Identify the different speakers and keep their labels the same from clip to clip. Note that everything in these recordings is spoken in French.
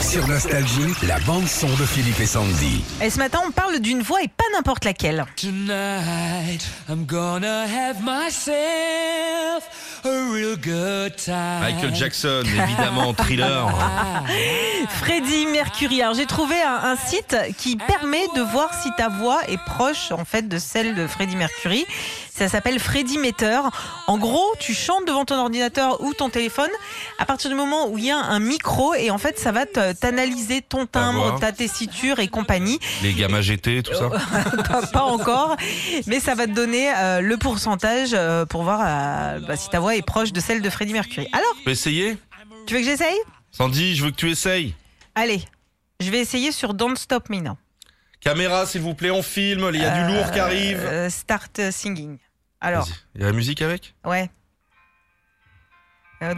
Speaker 1: Sur Nostalgie, la bande-son de Philippe et Sandy.
Speaker 2: Et ce matin, on parle d'une voix et pas n'importe laquelle.
Speaker 3: Tonight, I'm gonna have myself a real good time.
Speaker 4: Michael Jackson, évidemment, thriller.
Speaker 2: Freddie Mercury. Alors, j'ai trouvé un, un site qui permet de voir si ta voix est proche, en fait, de celle de Freddie Mercury. Ça s'appelle Freddie Meter. En gros, tu chantes devant ton ordinateur ou ton téléphone à partir du moment où il y a un micro et en fait, ça va te- t'analyser ton timbre,
Speaker 4: voix.
Speaker 2: ta tessiture et compagnie.
Speaker 4: Les gamma GT, tout ça.
Speaker 2: pas, pas encore, mais ça va te donner euh, le pourcentage euh, pour voir euh, bah, si ta voix est proche de celle de Freddie Mercury. Alors,
Speaker 4: Tu peux essayer
Speaker 2: tu veux que j'essaye
Speaker 4: Sandy, je veux que tu essayes.
Speaker 2: Allez, je vais essayer sur Don't Stop Me Now.
Speaker 4: Caméra, s'il vous plaît, on filme. Il y a du lourd qui arrive.
Speaker 2: Euh, start euh, singing. Alors,
Speaker 4: Vas-y. Il y a la musique avec
Speaker 2: ouais.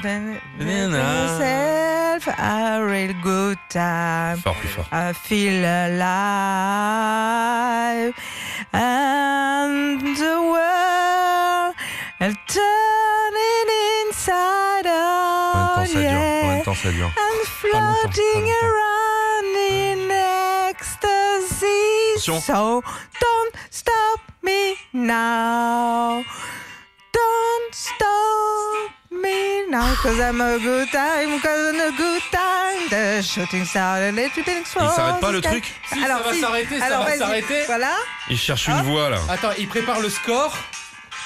Speaker 2: Then
Speaker 4: Nina.
Speaker 2: myself a real good time.
Speaker 4: Fort, plus fort.
Speaker 2: I feel alive and the world is turning inside
Speaker 4: Combien de
Speaker 2: out.
Speaker 4: temps ça dure Combien
Speaker 2: oh,
Speaker 4: de
Speaker 2: Yeah,
Speaker 4: temps
Speaker 2: I'm
Speaker 4: ça dure
Speaker 2: floating around in ecstasy.
Speaker 4: Attention.
Speaker 2: So don't stop me now. Don't stop me now, cause I'm a good time, cause I'm a good time. The shooting star, the electric
Speaker 4: Il s'arrête pas, le truc
Speaker 5: Si, ça va s'arrêter, ça
Speaker 2: alors,
Speaker 5: va
Speaker 2: vas-y.
Speaker 5: s'arrêter.
Speaker 2: Voilà.
Speaker 4: Il cherche
Speaker 2: Ah.
Speaker 4: une voix, là.
Speaker 5: Attends, il prépare le score.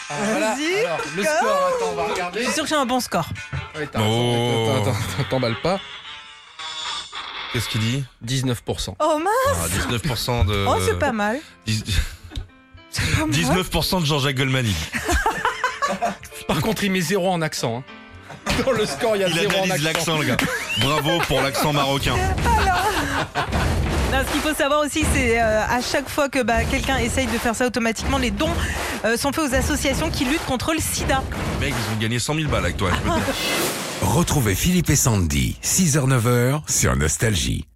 Speaker 5: Ah, voilà.
Speaker 2: Vas-y,
Speaker 5: Alors, le
Speaker 2: go.
Speaker 5: score, attends, on va regarder.
Speaker 2: Je suis sûr que j'ai un bon score.
Speaker 5: Ouais, t'as
Speaker 4: Oh.
Speaker 5: raison, Attends, attends, attends, t'emballes pas.
Speaker 4: Qu'est-ce qu'il dit
Speaker 5: 19%.
Speaker 2: Oh mince,
Speaker 4: Ah, 19%
Speaker 5: Euh,
Speaker 4: de.
Speaker 2: oh, c'est pas mal.
Speaker 4: 19% de Jean-Jacques Goldman.
Speaker 5: Par contre, il met 0 en accent. hein. Dans le score, il y a
Speaker 4: Il
Speaker 5: 0 en
Speaker 4: analyse
Speaker 5: accent.
Speaker 4: l'accent, le gars. Bravo pour l'accent marocain.
Speaker 2: Non, ce qu'il faut savoir aussi, c'est euh, à chaque fois que bah, quelqu'un essaye de faire ça automatiquement, les dons euh, sont faits aux associations qui luttent contre le sida.
Speaker 4: Mec, ils ont gagné 100 000 balles avec toi, je peux te dire.
Speaker 1: Retrouvez Philippe et Sandy, 6h-9h, sur Nostalgie.